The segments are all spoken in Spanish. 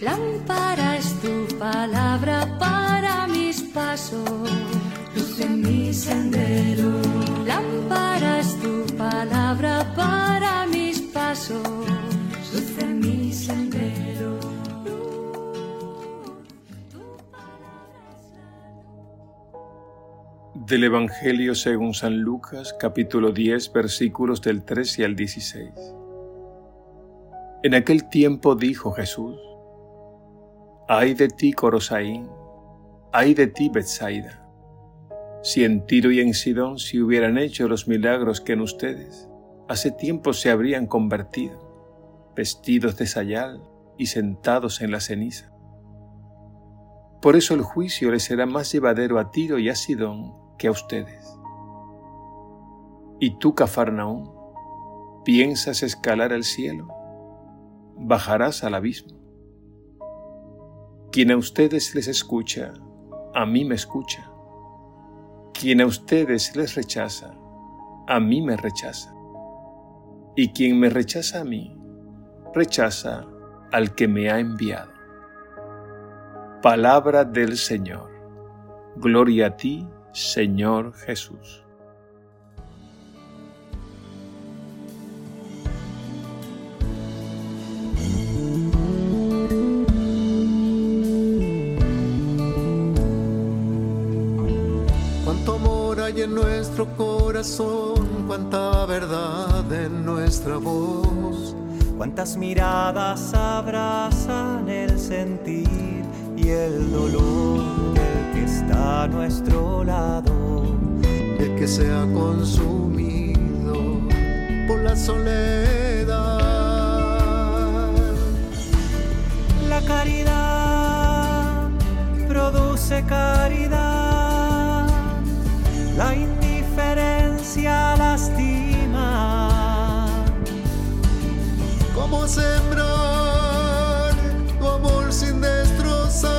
Lámpara es tu palabra para mis pasos, luz en mi sendero. Lámpara es tu palabra para mis pasos, luz en mi sendero. Del Evangelio según San Lucas, capítulo 10, versículos del 13 al 16. En aquel tiempo dijo Jesús, Ay de ti, Corosaín, ay de ti, Betsaida. Si en Tiro y en Sidón se hubieran hecho los milagros que en ustedes, hace tiempo se habrían convertido, vestidos de sayal y sentados en la ceniza. Por eso el juicio les será más llevadero a Tiro y a Sidón que a ustedes. Y tú, Cafarnaún, piensas escalar el cielo, bajarás al abismo. Quien a ustedes les escucha, a mí me escucha. Quien a ustedes les rechaza, a mí me rechaza. Y quien me rechaza a mí, rechaza al que me ha enviado. Palabra del Señor. Gloria a ti, Señor Jesús. Cuánto amor hay en nuestro corazón, cuánta verdad en nuestra voz, Cuántas miradas abrazan el sentir y el dolor del que está a nuestro lado. el que se ha consumido por la soledad. La caridad produce caridad. La indiferencia lastima. ¿Cómo sembrar tu amor sin destrozar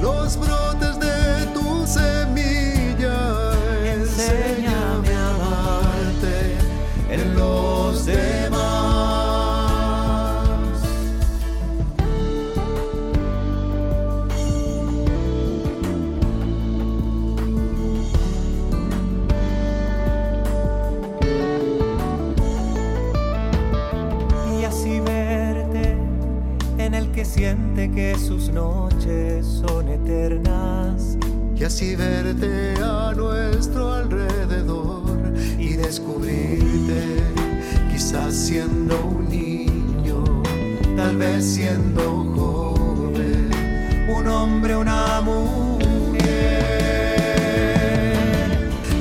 los brotes de tu semilla? Enséñame a amarte en los demás. y así verte en el que siente que sus noches son eternas y así verte a nuestro alrededor y descubrirte, quizás siendo un niño, tal vez siendo joven, un hombre, una mujer.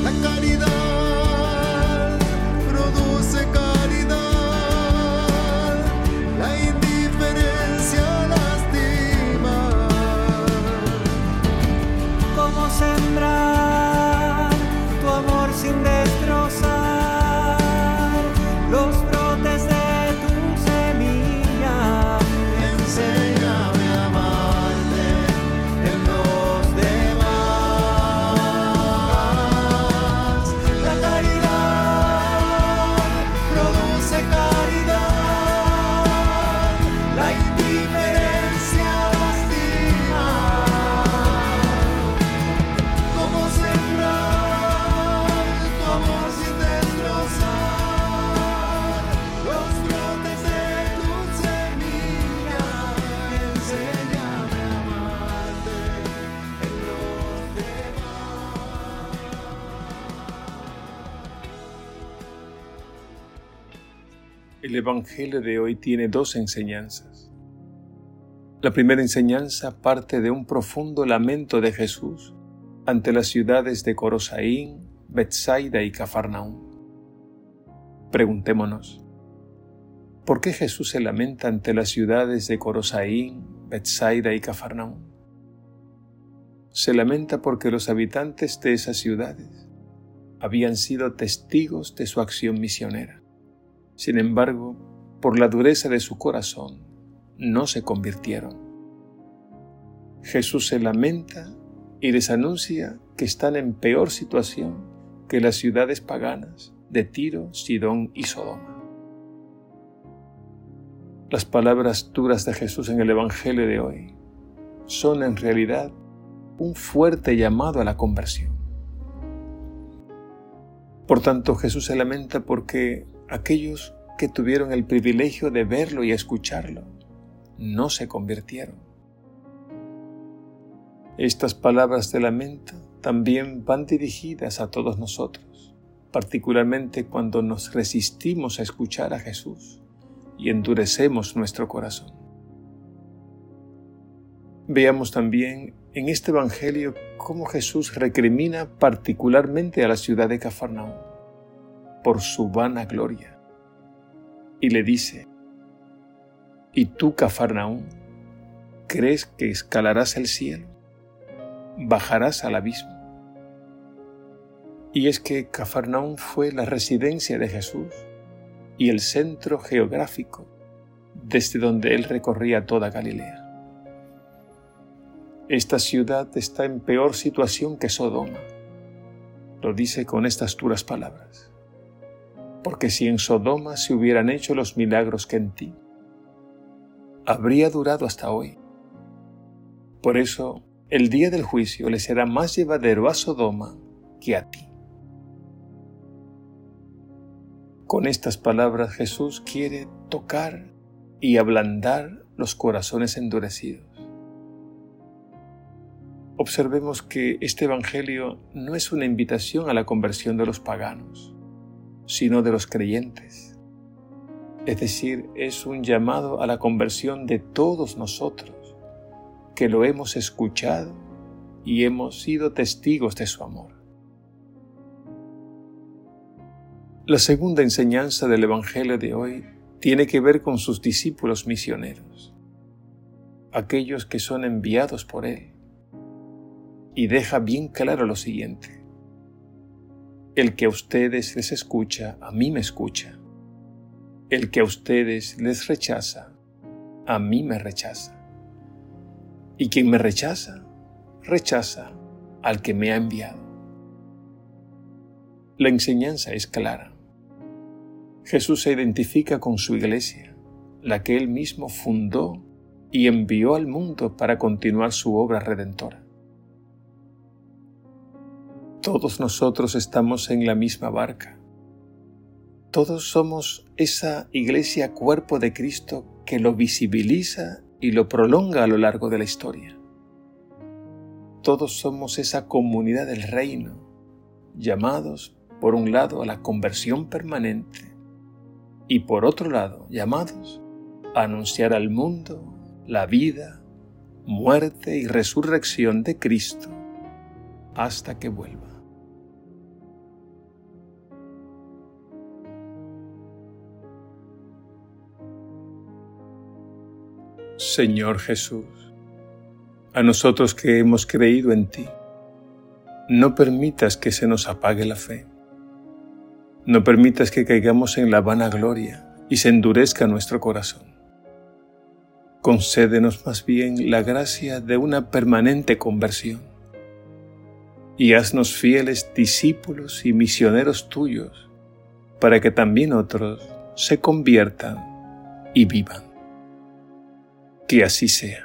La caridad produce caridad, la indiferencia lastima. cómo sembrar tu amor sin destrozar los brotes de tu semilla Enséñame a amarte en los demás. La caridad produce caridad, la indiferencia lastima. Como sembrar tu amor sin destrozar los brotes de tu semilla. Enséñame a amarte en los demás. El Evangelio de hoy tiene dos enseñanzas. La primera enseñanza parte de un profundo lamento de Jesús ante las ciudades de Corosaín, Betsaida y Cafarnaúm. Preguntémonos, ¿por qué Jesús se lamenta ante las ciudades de Corosaín, Betsaida y Cafarnaúm? Se lamenta porque los habitantes de esas ciudades habían sido testigos de su acción misionera. Sin embargo, por la dureza de su corazón, no se convirtieron. Jesús se lamenta y les anuncia que están en peor situación que las ciudades paganas de Tiro, Sidón y Sodoma. Las palabras duras de Jesús en el Evangelio de hoy son en realidad un fuerte llamado a la conversión. Por tanto, Jesús se lamenta porque aquellos que tuvieron el privilegio de verlo y escucharlo no se convirtieron. Estas palabras de lamento también van dirigidas a todos nosotros, particularmente cuando nos resistimos a escuchar a Jesús y endurecemos nuestro corazón. Veamos también en este Evangelio cómo Jesús recrimina particularmente a la ciudad de Cafarnaúm por su vana gloria y le dice, ¿y tú, Cafarnaúm, crees que escalarás el cielo? ¿Bajarás al abismo? Y es que Cafarnaúm fue la residencia de Jesús y el centro geográfico desde donde él recorría toda Galilea. Esta ciudad está en peor situación que Sodoma. Lo dice con estas duras palabras. Porque si en Sodoma se hubieran hecho los milagros que en ti, habría durado hasta hoy. Por eso, el día del juicio le será más llevadero a Sodoma que a ti. Con estas palabras Jesús quiere tocar y ablandar los corazones endurecidos observemos que este Evangelio no es una invitación a la conversión de los paganos, sino de los creyentes. Es decir, es un llamado a la conversión de todos nosotros, que lo hemos escuchado y hemos sido testigos de su amor. La segunda enseñanza del Evangelio de hoy tiene que ver con sus discípulos misioneros, aquellos que son enviados por Él y deja bien claro lo siguiente. El que a ustedes les escucha, a mí me escucha. El que a ustedes les rechaza, a mí me rechaza. Y quien me rechaza, rechaza al que me ha enviado. La enseñanza es clara. Jesús se identifica con su iglesia, la que él mismo fundó y envió al mundo para continuar su obra redentora todos nosotros estamos en la misma barca. Todos somos esa iglesia cuerpo de Cristo que lo visibiliza y lo prolonga a lo largo de la historia. Todos somos esa comunidad del reino, llamados por un lado a la conversión permanente y por otro lado llamados a anunciar al mundo la vida, muerte y resurrección de Cristo hasta que vuelva. Señor Jesús, a nosotros que hemos creído en ti, no permitas que se nos apague la fe. No permitas que caigamos en la vanagloria y se endurezca nuestro corazón. Concédenos más bien la gracia de una permanente conversión y haznos fieles discípulos y misioneros tuyos, para que también otros se conviertan y vivan. Que así sea.